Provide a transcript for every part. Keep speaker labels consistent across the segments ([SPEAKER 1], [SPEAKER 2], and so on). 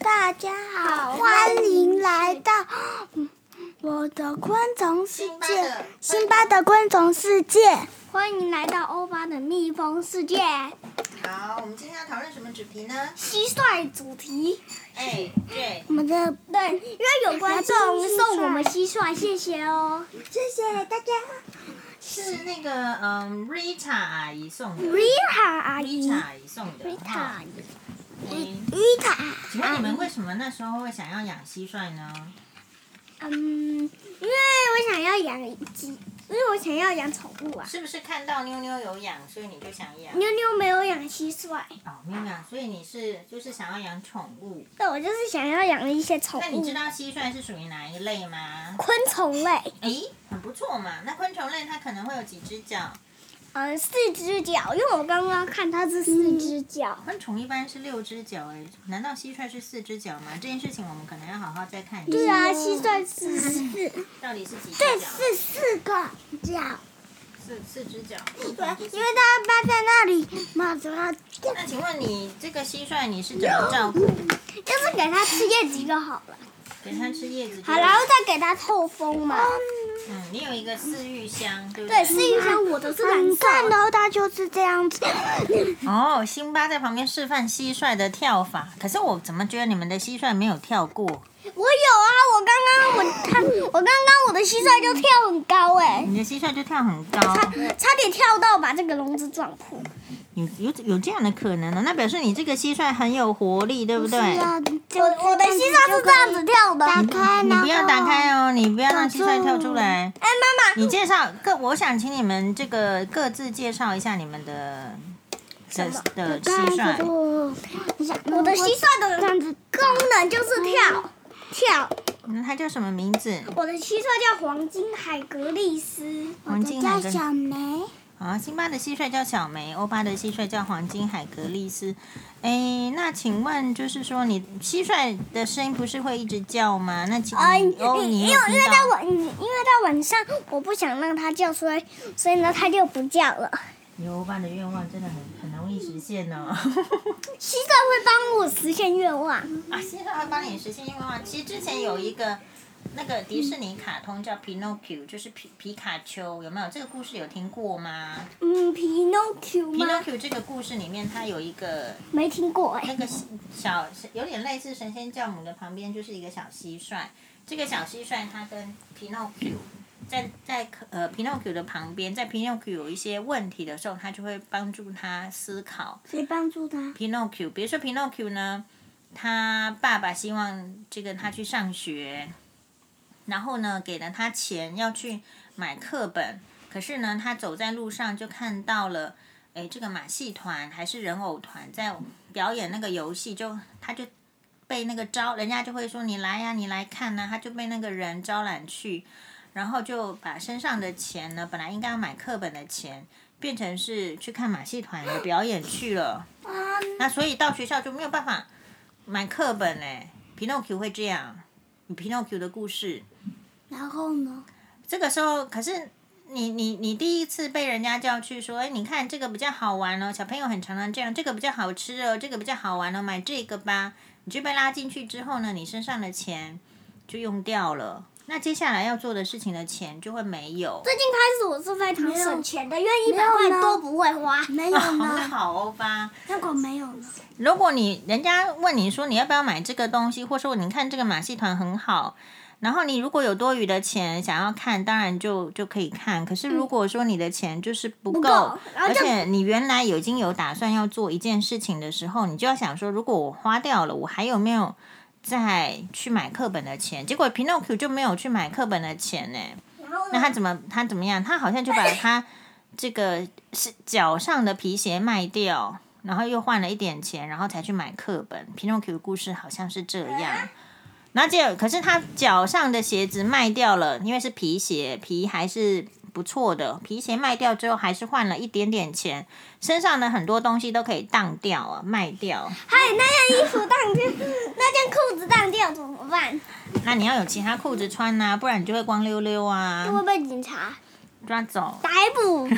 [SPEAKER 1] 大家好，欢迎来到我的昆虫世
[SPEAKER 2] 辛巴
[SPEAKER 1] 界
[SPEAKER 2] 的，
[SPEAKER 1] 辛巴的昆虫世界。欢迎来到欧巴的蜜蜂世界。
[SPEAKER 2] 好，我们今天要讨论什么主题呢？
[SPEAKER 1] 蟋蟀主题，
[SPEAKER 2] 哎，对，
[SPEAKER 1] 我们的对，因为有观众送我们蟋蟀，谢谢哦，谢谢大家。
[SPEAKER 2] 是那个嗯，Rita 阿姨送的
[SPEAKER 1] Rita 阿姨
[SPEAKER 2] Rita 阿姨送的。
[SPEAKER 1] ，Rita
[SPEAKER 2] 哈
[SPEAKER 1] 阿姨
[SPEAKER 2] 嗯请
[SPEAKER 1] ，Rita
[SPEAKER 2] 问
[SPEAKER 1] 阿
[SPEAKER 2] 你们
[SPEAKER 1] 姨，
[SPEAKER 2] 为什么那时候会想要养蟋蟀呢？
[SPEAKER 1] 嗯，因为我想要养鸡，因为我想要养宠物啊。
[SPEAKER 2] 是不是看到妞妞有养，所以你就想养？
[SPEAKER 1] 妞妞没有养蟋蟀，
[SPEAKER 2] 哦，妞妞，所以你是就是想要养宠物。
[SPEAKER 1] 对我就是想要养一些宠
[SPEAKER 2] 那你
[SPEAKER 1] 物
[SPEAKER 2] 知，道蟋蟀是属于哪一类吗？
[SPEAKER 1] 昆虫类，
[SPEAKER 2] 哎，很不错嘛。那昆虫类它可能会有几只脚？
[SPEAKER 1] 呃，四只脚，因为我刚刚看它是四只脚，
[SPEAKER 2] 昆虫一般是六只脚，哎，难道蟋蟀是四只脚吗？这件事情我们可能要好好再看一下。
[SPEAKER 1] 对啊，蟋蟀是四，
[SPEAKER 2] 到底是几只
[SPEAKER 1] 对，
[SPEAKER 2] 脚？
[SPEAKER 1] 是四个脚，
[SPEAKER 2] 四四只脚。
[SPEAKER 1] 对，因为它趴在那里，妈怎么掉，
[SPEAKER 2] 那请问你这个蟋蟀你是怎么照顾？
[SPEAKER 1] 就是给它吃叶子就好了，
[SPEAKER 2] 给它吃叶子就？
[SPEAKER 1] 好，然后再给它透风嘛，
[SPEAKER 2] 嗯，你有一个四玉香，对不
[SPEAKER 1] 对，试一下我的是蓝色，看到它哦就是这样 子，
[SPEAKER 2] 哦，辛巴在旁边示范蟋蟀的跳法，可是我怎么觉得你们的蟋蟀没有跳过？
[SPEAKER 1] 我有啊，我刚刚我它，我刚刚我的蟋蟀就跳很高哎、
[SPEAKER 2] 你的蟋蟀就跳很高，
[SPEAKER 1] 差点跳到把这个笼子撞破，
[SPEAKER 2] 有有有这样的可能呢？哦那表示你这个蟋蟀很有活力，对不对？
[SPEAKER 1] 啊我我的蟋蟀是这样子跳的，打开
[SPEAKER 2] 你不要打。开哦，你不要让蟋蟀跳出来。
[SPEAKER 1] 哎，妈
[SPEAKER 2] 你介绍各，我想请你们这个各自介绍一下你们的的的蟋蟀。
[SPEAKER 1] 啊妈，我的蟋蟀的功能就是跳跳。
[SPEAKER 2] 嗯，它叫什么名字？
[SPEAKER 1] 我的蟋蟀叫黄金海格力斯，
[SPEAKER 2] 黄金海格
[SPEAKER 1] 梅。
[SPEAKER 2] 啊，辛巴的蟋蟀叫小梅，欧巴的蟋蟀叫黄金海格力斯。哎，那请问就是说你蟋蟀的声音不是会一直叫吗？那请
[SPEAKER 1] 哎，因
[SPEAKER 2] 哦，
[SPEAKER 1] 为
[SPEAKER 2] 你
[SPEAKER 1] 因
[SPEAKER 2] 有
[SPEAKER 1] 为
[SPEAKER 2] 听
[SPEAKER 1] 到
[SPEAKER 2] 到？
[SPEAKER 1] 晚，因为到晚上，我不想让它叫出来，所以呢，它就不叫了。
[SPEAKER 2] 你欧巴的愿望真的很很容易实现哦。
[SPEAKER 1] 蟋蟀会帮我实现愿望。
[SPEAKER 2] 啊，蟋蟀会帮你实现愿望。其实之前有一个那个迪士尼卡通叫 Pinocchio，就是皮皮卡丘，有没有？这个故事有听过吗
[SPEAKER 1] 嗯，Pinocchio 吗？
[SPEAKER 2] ？Pinocchio 这个故事里面，它有一个
[SPEAKER 1] 没听过哎、
[SPEAKER 2] 那个小有点类似神仙教母的旁边就是一个小蟋蟀。这个小蟋蟀它跟 Pinocchio 在在呃 Pinocchio 的旁边，在 Pinocchio 有一些问题的时候，它就会帮助他思考。
[SPEAKER 1] 谁帮助他？
[SPEAKER 2] Pinocchio，比如说 Pinocchio 呢，他爸爸希望这个他去上学，然后呢给了他钱要去买课本，可是呢他走在路上就看到了，诶，这个马戏团还是人偶团在表演那个游戏，就他就被那个招，人家就会说你来呀、你来看呐、他就被那个人招揽去，然后就把身上的钱呢，本来应该要买课本的钱。变成是去看马戏团的表演去了，
[SPEAKER 1] 啊，
[SPEAKER 2] 那所以到学校就没有办法买课本嘞。Pinocchio 会这样，Pinocchio 的故事。
[SPEAKER 1] 然后呢？
[SPEAKER 2] 这个时候，可是你你你第一次被人家叫去说，哎，你看这个比较好玩哦，小朋友很常常这样，这个比较好吃哦，这个比较好玩哦，买这个吧。你就被拉进去之后呢，你身上的钱就用掉了，那接下来要做的事情的钱就会没有。
[SPEAKER 1] 最近开始我是非常省钱的，因为一百块都不会花。没有
[SPEAKER 3] 啊
[SPEAKER 2] 好那？好欧巴。
[SPEAKER 1] 如果没有呢？
[SPEAKER 2] 如果你人家问你说你要不要买这个东西，或说你看这个马戏团很好，然后你如果有多余的钱想要看，当然就就可以看。可是如果说你的钱就是不
[SPEAKER 1] 嗯
[SPEAKER 2] 够，
[SPEAKER 1] 不够然后
[SPEAKER 2] 而
[SPEAKER 1] 就
[SPEAKER 2] 且你原来已经有打算要做一件事情的时候，你就要想说，如果我花掉了，我还有没有再去买课本的钱？结果 Pinocchio 就没有去买课本的钱呢、
[SPEAKER 1] 然后
[SPEAKER 2] 那
[SPEAKER 1] 呢？
[SPEAKER 2] 他怎么他怎么样？他好像就把他这个是脚上的皮鞋卖掉，然后又换了一点钱，然后才去买课本。皮诺丘的故事好像是这样。那这可是他脚上的鞋子卖掉了，因为是皮鞋，皮还是不错的。皮鞋卖掉之后，还是换了一点点钱，身上的很多东西都可以当掉啊，卖掉。
[SPEAKER 1] 还有那件衣服当掉， 那件裤子当掉怎么办？
[SPEAKER 2] 那你要有其他裤子啊穿呐、不然你就会光溜溜啊，
[SPEAKER 1] 会被警察
[SPEAKER 2] 啊 抓走。
[SPEAKER 1] 逮捕。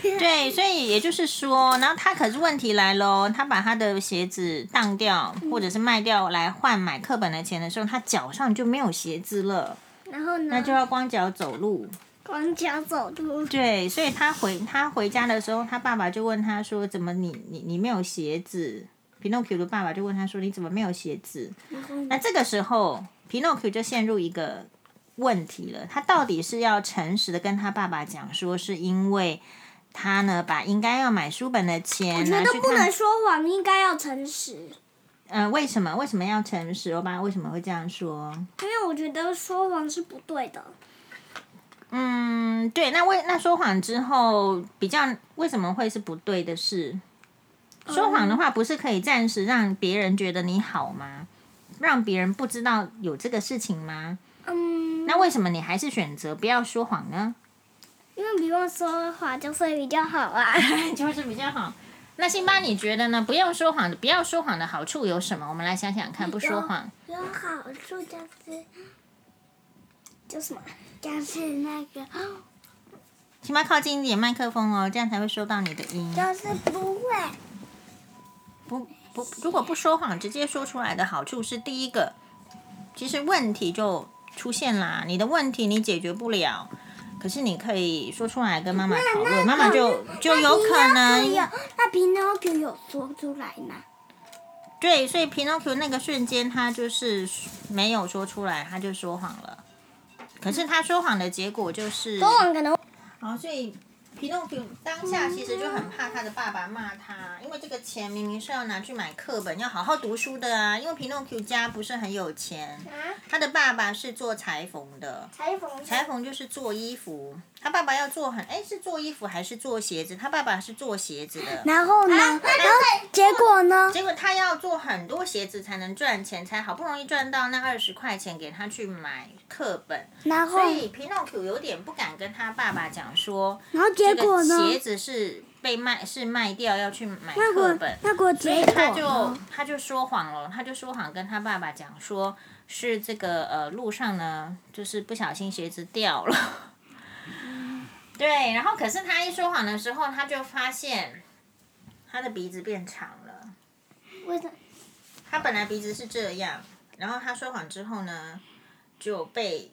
[SPEAKER 2] 对，所以也就是说，然后他可是问题来喽，他把他的鞋子当掉或者是卖掉来换买课本的钱的时候，他脚上就没有鞋子了，
[SPEAKER 1] 然后呢？
[SPEAKER 2] 那就要光脚走路。
[SPEAKER 1] 光脚走路。
[SPEAKER 2] 对，所以他回他回家的时候，他爸爸就问他说：“怎么你你你没有鞋子？”皮诺丘的爸爸就问他说：“你怎么没有鞋子？”那这个时候，皮诺丘就陷入一个问题了，他到底是要诚实的跟他爸爸讲说，是因为他呢把应该要买书本的
[SPEAKER 1] 我
[SPEAKER 2] 钱
[SPEAKER 1] 觉
[SPEAKER 2] 拿
[SPEAKER 1] 得
[SPEAKER 2] 去
[SPEAKER 1] 不能
[SPEAKER 2] 看，
[SPEAKER 1] 说谎，应该要诚实，
[SPEAKER 2] 呃，为什么为什么要诚实？欧巴为什么会这样说？
[SPEAKER 1] 因为我觉得说谎是不对的。
[SPEAKER 2] 嗯，对，那为那说谎之后比较为什么会是不对的事？说谎的话，不是可以暂时让别人觉得你好吗？让别人不知道有这个事情吗？
[SPEAKER 1] 嗯，
[SPEAKER 2] 那为什么你还是选择不要说谎呢？
[SPEAKER 1] 因为不用说谎就会比较好 啊。
[SPEAKER 2] 就是比较好。那辛巴，你觉得呢？不要说谎，不要说谎的好处有什么？我们来想想看，不说谎。
[SPEAKER 3] 有好处就是
[SPEAKER 1] 叫什么？
[SPEAKER 3] 就是那 个
[SPEAKER 2] 辛巴靠近一点麦克风哦，这样才会收到你的音。
[SPEAKER 3] 就是不会
[SPEAKER 2] 不不，如果不说谎，直接说出来的好处是第一个，其实问题就出现啦。你的问题你解决不了，可是你可以说出来跟妈妈讨论，妈妈就就有可能
[SPEAKER 1] 有那 Pinocchio 有说出来吗？
[SPEAKER 2] 对，所以 Pinocchio 那个瞬间他就是没有说出来，他就说谎了。可是他说谎的结果就是，
[SPEAKER 1] 说谎可能
[SPEAKER 2] 好，所以皮诺丘当下其实就很怕他的爸爸骂他，因为这个钱明明是要拿去买课本，要好好读书的啊。因为皮诺丘家不是很有钱，
[SPEAKER 1] 啊
[SPEAKER 2] 他的爸爸是做裁缝的，
[SPEAKER 3] 裁缝
[SPEAKER 2] 裁缝就是做衣服，他爸爸要做很哎是做衣服还是做鞋子？他爸爸是做鞋子的。
[SPEAKER 1] 然后呢？然后结果呢？
[SPEAKER 2] 结果他要做很多鞋子才能赚钱，才好不容易赚到那二十块钱给他去买课本，
[SPEAKER 1] 然后
[SPEAKER 2] 所以皮诺丘有点不敢跟他爸爸讲说，
[SPEAKER 1] 然后结果呢
[SPEAKER 2] 这？个鞋子是被卖，是卖掉要去买
[SPEAKER 1] 那
[SPEAKER 2] 课
[SPEAKER 1] 个
[SPEAKER 2] 本，
[SPEAKER 1] 那个
[SPEAKER 2] 所以
[SPEAKER 1] 结
[SPEAKER 2] 他
[SPEAKER 1] 果
[SPEAKER 2] 就
[SPEAKER 1] 呢？
[SPEAKER 2] 他就说谎了，他就说谎跟他爸爸讲说，是这个呃路上呢，就是不小心鞋子掉了。 对，然后可是他一说谎的时候，他就发现他的鼻子变长了。
[SPEAKER 3] 为什
[SPEAKER 2] 他本来鼻子是这样，然后他说谎之后呢，就被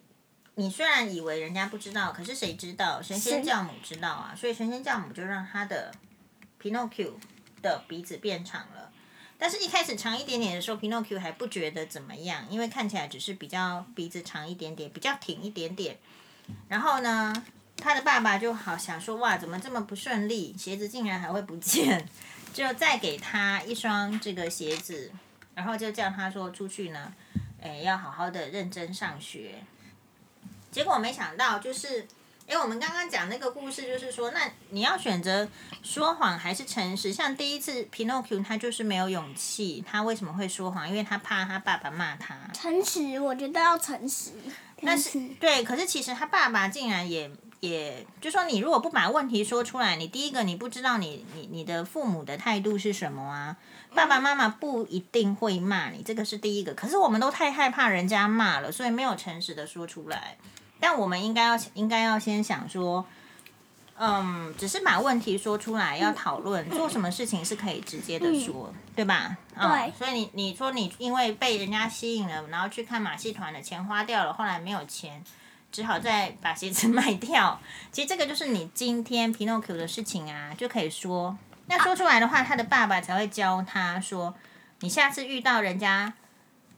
[SPEAKER 2] 你虽然以为人家不知道，可是谁知道？神仙教母知道啊，所以神仙教母就让他的 Pinocchio 的鼻子变长了。但是，一开始长一点点的时候，Pinocchio 还不觉得怎么样，因为看起来只是比较鼻子长一点点，比较挺一点点。然后呢，他的爸爸就好想说：“哇，怎么这么不顺利？鞋子竟然还会不见？”就再给他一双这个鞋子，然后就叫他说出去呢，诶，要好好的认真上学。结果没想到就是，诶，我们刚刚讲那个故事，就是说，那你要选择说谎还是诚实？像第一次 Pinocchio 他就是没有勇气，他为什么会说谎？因为他怕他爸爸骂他。
[SPEAKER 1] 诚实，我觉得要诚实。
[SPEAKER 2] 但是对，可是其实他爸爸竟然也也就说，你如果不把问题说出来，你第一个你不知道你你你的父母的态度是什么啊？爸爸妈妈不一定会骂你，这个是第一个。可是我们都太害怕人家骂了，所以没有诚实的说出来。但我们应该要应该要先想说，嗯，只是把问题说出来，要讨论做什么事情是可以直接的说，对吧？嗯
[SPEAKER 1] 对
[SPEAKER 2] 所以你你说你因为被人家吸引了，然后去看马戏团的钱花掉了，后来没有钱，只好再把鞋子卖掉。 其实这个就是你今天 Pinocchio 的事情啊，就可以说。那说出来的话，他的爸爸才会教他说，你下次遇到人家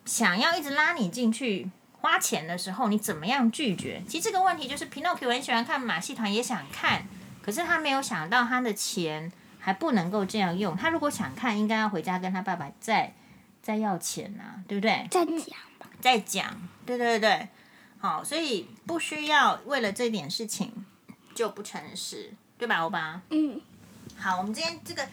[SPEAKER 2] 想要一直拉你进去花钱的时候，你怎么样拒绝？其实这个问题就是 Pinocchio 很喜欢看马戏团，也想看，可是他没有想到他的钱还不能够这样用。他如果想看，应该要回家跟他爸爸再再要钱啊，对不对？
[SPEAKER 1] 再讲吧。
[SPEAKER 2] 再讲，对对对，好，所以不需要为了这点事情就不诚实，对吧，欧巴？
[SPEAKER 1] 嗯，
[SPEAKER 2] 好，我们今天这个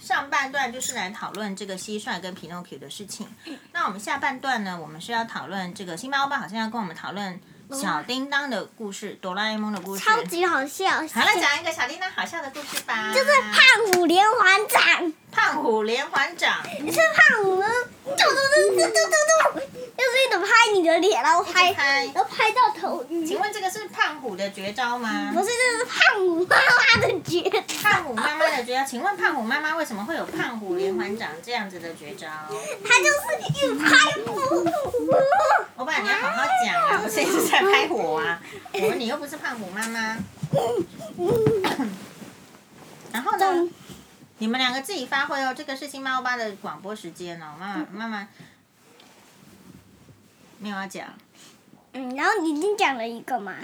[SPEAKER 2] 上半段就是来讨论这个蟋蟀跟 Pinocchio 的事情。那我们下半段呢，我们是要讨论这个辛巴欧巴好像要跟我们讨论小叮当的故事，哆啦 A 梦的故事。
[SPEAKER 1] 超级好笑。
[SPEAKER 2] 好了，讲一个小叮当好笑的故事吧。
[SPEAKER 1] 就是胖虎连环掌，
[SPEAKER 2] 胖虎连环掌，
[SPEAKER 1] 是胖虎，嘟嘟嘟嘟嘟嘟嘟，就是一种拍你的脸，然后
[SPEAKER 2] 一
[SPEAKER 1] 拍，
[SPEAKER 2] 直拍
[SPEAKER 1] 然后拍到头晕。
[SPEAKER 2] 请问这个是胖虎的绝招吗
[SPEAKER 1] 不？是，这是胖虎妈妈的绝招，
[SPEAKER 2] 胖虎妈妈的绝招，请问胖虎妈妈为什么会有胖虎连环掌这样子的绝招？
[SPEAKER 1] 他就是一拍不不
[SPEAKER 2] 我爸，你要好好讲啊，不是一直在拍火 啊！我你又不是胖虎妈妈。然后呢，你们两个自己发挥哦，这个是新猫爸的广播时间哦，妈妈妈妈没有要讲。
[SPEAKER 1] 嗯，然后你已经讲了一个嘛，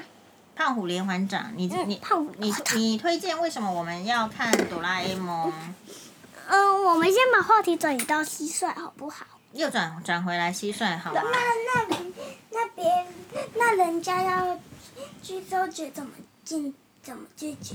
[SPEAKER 2] 胖虎连环掌，你
[SPEAKER 1] 嗯
[SPEAKER 2] 你
[SPEAKER 1] 胖虎
[SPEAKER 2] 你你推荐为什么我们要看哆啦 A 梦？
[SPEAKER 1] 嗯，我们先把话题转移到蟋蟀好不好？
[SPEAKER 2] 又转转回来蟋蟀好吗？
[SPEAKER 3] 那那那别那人家要去周姐怎么进怎么拒绝？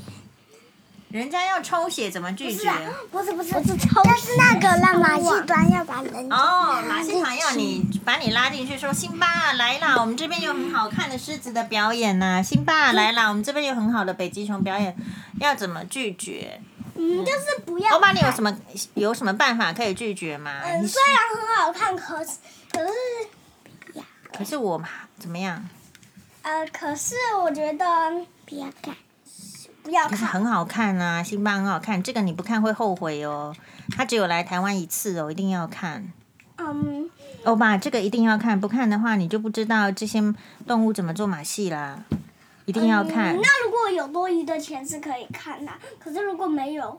[SPEAKER 2] 人家要抽血怎么拒绝？
[SPEAKER 1] 啊
[SPEAKER 3] 不是不是
[SPEAKER 1] 不是抽
[SPEAKER 3] 但是那个让马
[SPEAKER 1] 抽啊
[SPEAKER 3] 戏团要把人
[SPEAKER 2] 哦，马戏团要你把你拉进去，说辛巴来啦，我们这边有很好看的狮子的表演呐、辛
[SPEAKER 1] 嗯
[SPEAKER 2] 巴来啦，我们这边有很好的北极熊表演，要怎么拒绝？
[SPEAKER 1] 嗯，就是不要
[SPEAKER 2] 欧巴，你有什么有什么办法可以拒绝吗？
[SPEAKER 1] 嗯，虽然很好看，可是可是
[SPEAKER 2] 可是我怎么样？
[SPEAKER 1] 呃，可是我觉得
[SPEAKER 3] 不要看，
[SPEAKER 1] 不要
[SPEAKER 2] 可是
[SPEAKER 1] 看，
[SPEAKER 2] 很好看啊，辛巴很好看，这个你不看会后悔哦。他只有来台湾一次哦，一定要看。
[SPEAKER 1] 嗯，
[SPEAKER 2] 欧巴，这个一定要看，不看的话你就不知道这些动物怎么做马戏啦，一定要看。
[SPEAKER 1] 嗯那如果有多余的钱是可以看的、可是如果没有，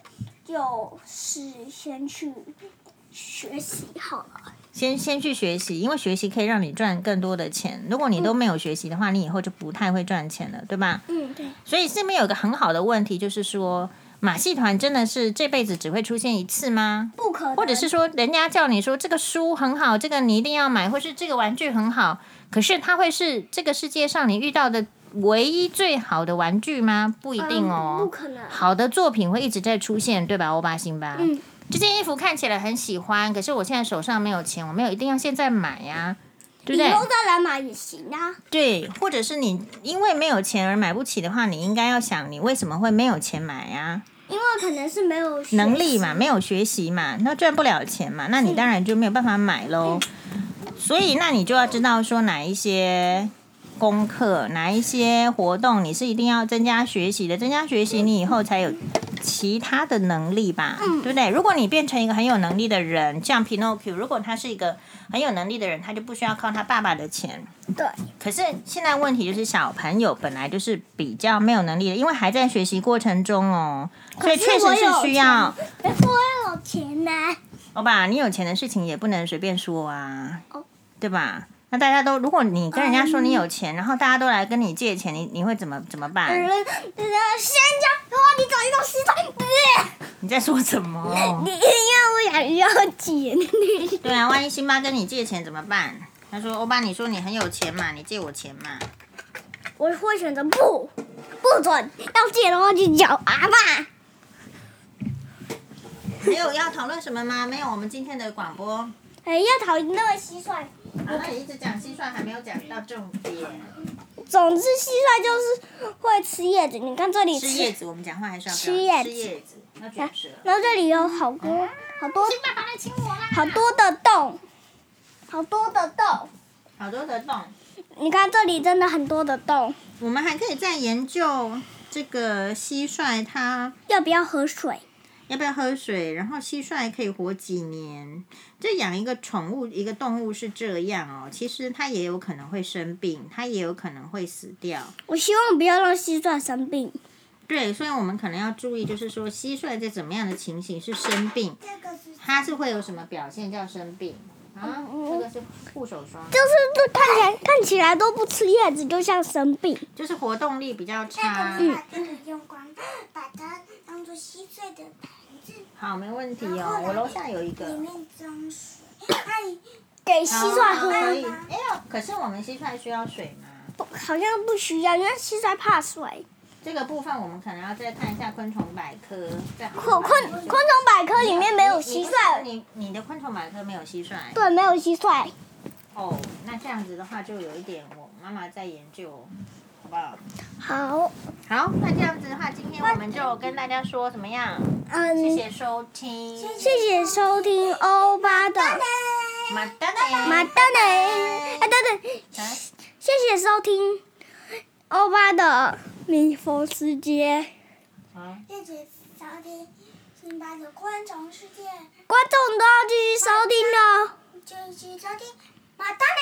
[SPEAKER 1] 就是先去学习好了。
[SPEAKER 2] 先先去学习，因为学习可以让你赚更多的钱。如果你都没有学习的话，你以后就不太会赚钱了，对吧？
[SPEAKER 1] 嗯，对，
[SPEAKER 2] 所以这边有一个很好的问题，就是说马戏团真的是这辈子只会出现一次吗？
[SPEAKER 1] 不可能，
[SPEAKER 2] 或者是说，人家叫你说这个书很好，这个你一定要买，或是这个玩具很好，可是它会是这个世界上你遇到的唯一最好的玩具吗？不一定哦，
[SPEAKER 1] 嗯不可能
[SPEAKER 2] 好的作品会一直在出现，对吧，欧巴辛巴？
[SPEAKER 1] 嗯，
[SPEAKER 2] 这件衣服看起来很喜欢，可是我现在手上没有钱，我没有一定要现在买呀、对不
[SPEAKER 1] 以
[SPEAKER 2] 对？
[SPEAKER 1] 后再来买也行啊。
[SPEAKER 2] 对，或者是你因为没有钱而买不起的话，你应该要想你为什么会没有钱买呀、
[SPEAKER 1] 因为可能是没有学习
[SPEAKER 2] 能力嘛，，没有学习嘛，那赚不了
[SPEAKER 1] 嗯
[SPEAKER 2] 钱嘛，那你当然就没有办法买喽。所以，那你就要知道说哪一些功课、哪一些活动你是一定要增加学习的，增加学习，你以后才有其他的能力吧，
[SPEAKER 1] 嗯
[SPEAKER 2] 对不对？如果你变成一个很有能力的人，像 Pinocchio，如果他是一个很有能力的人，他就不需要靠他爸爸的钱。
[SPEAKER 1] 对，
[SPEAKER 2] 可是现在问题就是小朋友本来就是比较没有能力的，因为还在学习过程中哦，所以确实是需要。
[SPEAKER 1] 可是我有钱呢、
[SPEAKER 2] 欧巴，你有钱的事情也不能随便说啊，
[SPEAKER 1] 哦嗯
[SPEAKER 2] 对吧？那大家都，如果你跟人家说你有钱，然后大家都来跟你借钱，你你会怎么怎么办？
[SPEAKER 1] 人人先讲，哇，你找一到西藏，
[SPEAKER 2] 你在说什么
[SPEAKER 1] 你？因为我想要钱，
[SPEAKER 2] 对啊，万一辛巴跟你借钱怎么办？他说：“欧巴，你说你很有钱嘛，你借我钱嘛。
[SPEAKER 1] 我会选择不，不准要借的话去找阿爸。
[SPEAKER 2] 没有要讨论什么吗？没有，我们今天的广播，啊，
[SPEAKER 1] 哎，要讨厌那个蟋蟀，
[SPEAKER 2] 那你一直讲蟋蟀，还没有讲到重点。
[SPEAKER 1] 总之蟋蟀就是会吃叶子。你看这里
[SPEAKER 2] 吃叶子，我们讲话还是要
[SPEAKER 1] 吃
[SPEAKER 2] 标
[SPEAKER 1] 叶
[SPEAKER 2] 吃
[SPEAKER 1] 子
[SPEAKER 2] 叶子，要卷舌。
[SPEAKER 1] 然后这里有好多好多
[SPEAKER 2] 爸爸来亲我啦！
[SPEAKER 1] 好多的洞，好多的洞。
[SPEAKER 2] 好多的洞。”
[SPEAKER 1] 你看这里真的很多的洞，
[SPEAKER 2] 我们还可以再研究这个蟋蟀，它
[SPEAKER 1] 要不要喝水？
[SPEAKER 2] 要不要喝水？然后蟋蟀可以活几年？这养一个宠物、一个动物是这样哦，其实它也有可能会生病，它也有可能会死掉。
[SPEAKER 1] 我希望不要让蟋蟀生病。
[SPEAKER 2] 对，所以我们可能要注意，就是说蟋蟀在怎么样的情形是生病，
[SPEAKER 3] 这个是
[SPEAKER 2] 它是会有什么表现叫生病
[SPEAKER 1] 嗯
[SPEAKER 2] 啊？这个是护手霜，
[SPEAKER 1] 就是这看起来看起来都不吃叶子，就像生病。
[SPEAKER 2] 就是活动力比较
[SPEAKER 3] 这个
[SPEAKER 2] 差。
[SPEAKER 3] 你把这个用光，把它当做稀碎的盘子，
[SPEAKER 2] 好，没问题哦，我楼下有一个。
[SPEAKER 3] 里面装水。那
[SPEAKER 1] 给蟋蟀
[SPEAKER 2] 好可以
[SPEAKER 1] 喝，
[SPEAKER 2] 哎呦，可是我们蟋蟀需要水吗？
[SPEAKER 1] 不好像不需要，因为蟋蟀怕水。
[SPEAKER 2] 这个部分我们可能要再看一下昆虫百科。再好好
[SPEAKER 1] 昆昆
[SPEAKER 2] 看
[SPEAKER 1] 昆虫百科里面没有蟋蟀，
[SPEAKER 2] 你你的昆虫百科没有蟋蟀。
[SPEAKER 1] 对，没有蟋蟀。
[SPEAKER 2] 哦，那这样子的话就有一点我妈妈在研究，好不好？
[SPEAKER 1] 好，
[SPEAKER 2] 好，那这样子的话，今天我们就跟大家说怎么样？
[SPEAKER 1] 嗯，
[SPEAKER 2] 谢谢收听，
[SPEAKER 1] 谢谢收听欧巴的，
[SPEAKER 2] 马达呢？
[SPEAKER 1] 马丹呢？哎，等等，谢谢收听欧巴的民风世界。
[SPEAKER 2] 好，
[SPEAKER 3] 谢谢收听辛巴的昆虫世界，
[SPEAKER 1] 观众都要继续收听哦。
[SPEAKER 3] 继续收听，马达呢。